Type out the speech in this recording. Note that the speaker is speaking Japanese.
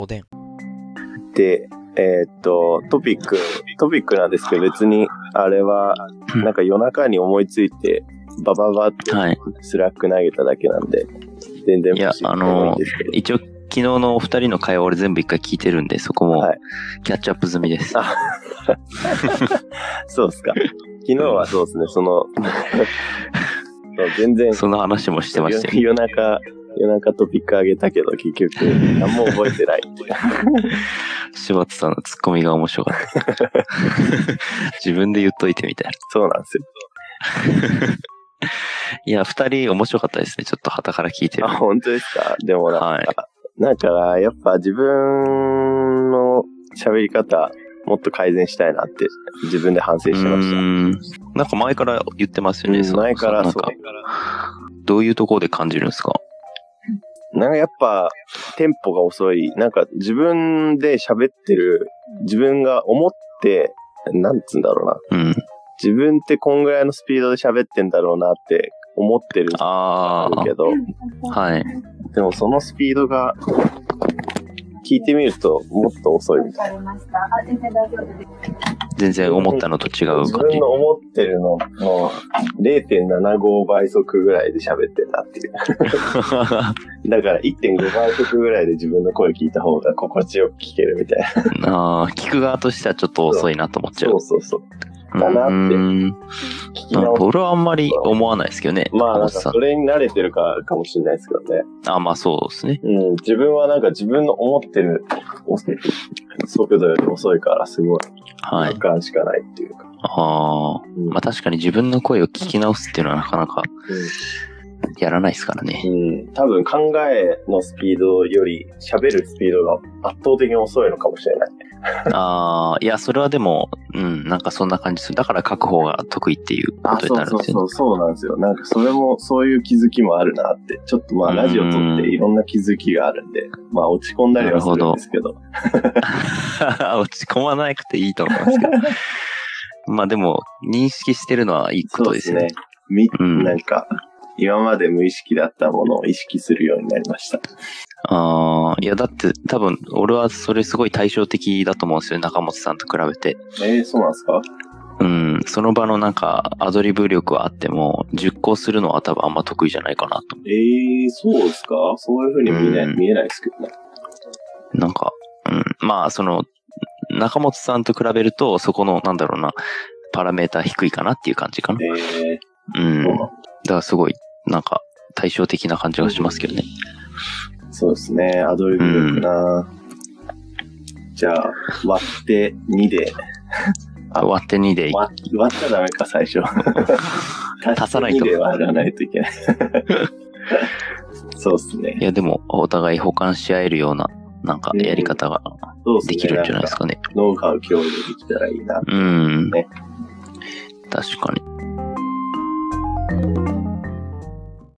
おでん。で、えーっと、トピック、トピックなんですけど、別に、あれは、うんなんか夜中に思いついて、バババってはい。スラック投げただけなんで、全然いや欲しいと思うんですけど。一応、昨日のお二人の会話俺全部一回聞いてるんで、そこもはいキャッチアップ済みです。あ そうっすか。昨日はそうですね、その、 そう全然、その話もしてましたよ。夜中、夜中トピック上げたけど、結局、何も覚えてない っていう。柴田さんのツッコミが面白かった。 自分で言っといてみたいな。そうなんですよ。いや、二人面白かったですね。ちょっと旗から聞いてるあ、。本当ですかでもなんか、はいなんか、やっぱ自分の喋り方、もっと改善したいなって、自分で反省うしました。ーうんんなんか前から言ってますよね。その前からなんそかう。どういうところで感じるんですかなんかやっぱ、テンポが遅い。なんか自分で喋ってる、自分が思って、なんつうんだろうな。うん。自分ってこんぐらいのスピードで喋ってんだろうなって思ってるあけど、あ。はい。でもそのスピードが、聞いてみるともっと遅いみたいわかりました。あ、全然大丈夫です。全然思ったのと違な。う自感分じ。の思ってるのの0.75倍速ぐらいで喋ってたっていう。 だから1.5倍速ぐらいで自分の声聞いた方が心地よく聞けるみたいな。ああ、聞く側としてはちょっと遅いなと思っちゃ。そううそうそう。うだなってーん。聞きなんか直す。俺はあんまり思わないですけどね。まあな高んか橋さそれに慣れてるからかもしれないですけどね。んあまあそうですね。うん、自分はなんか自分の思ってるお速度より遅いからすごいは実い。感しかないっていうか。ああ。うんまあ確かに自分の声を聞き直すっていうのはなかなかやらないですからね。うん、多分考えのスピードより喋るスピードが圧倒的に遅いのかもしれない。ああ、いや、それはでも、うん、なんかそんな感じする。だから書く方が得意っていうことになるんですよね。う、そうなんですよ。なんかそれも、そういう気づきもあるなって。ちょっとまあラジオ撮っていろんな気づきがあるんで、まあ落ち込んだりはするんですけど。 落ち込まなくていいと思いますけど。 まあでも、認識してるのはいいことですよね。。み、うんなんか、今まで無意識だったものを意識するようになりました。ああ、いや、だって多分、俺はそれすごい対照的だと思うんですよ。中本さんと比べて。えー、そうなんですかうん、その場のなんか、アドリブ力はあっても、熟考するのは多分あんま得意じゃないかなと。えー、そうですかそういうふうに見えなうい、ん見えないですけどね。なんか、うん、まあ、その、中本さんと比べると、そこの、なんだろうな、パラメーター低いかなっていう感じかな。えうん。ー、そだうなんからすごい、なんか、対照的な感じがしますけどね。そうですね、アドリブ力な、じゃあ、割って2で。あ割って2で、割割っちゃダメか、最初。 足さないと足して2で割らないとい けない。そうですねい。や、でも、お互い補完し合えるような、なんか、やり方がそうですね。できるんじゃないですか。かね。ノウハウ共有できたらいいな。うんね。確かに。